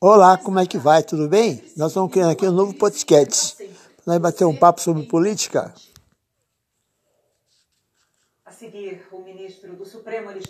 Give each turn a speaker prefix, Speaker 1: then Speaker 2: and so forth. Speaker 1: Olá, como é que vai? Tudo bem? Nós estamos criando aqui um novo podcast. Para nós bater um papo sobre política.
Speaker 2: A seguir, o ministro do Supremo, Alexandre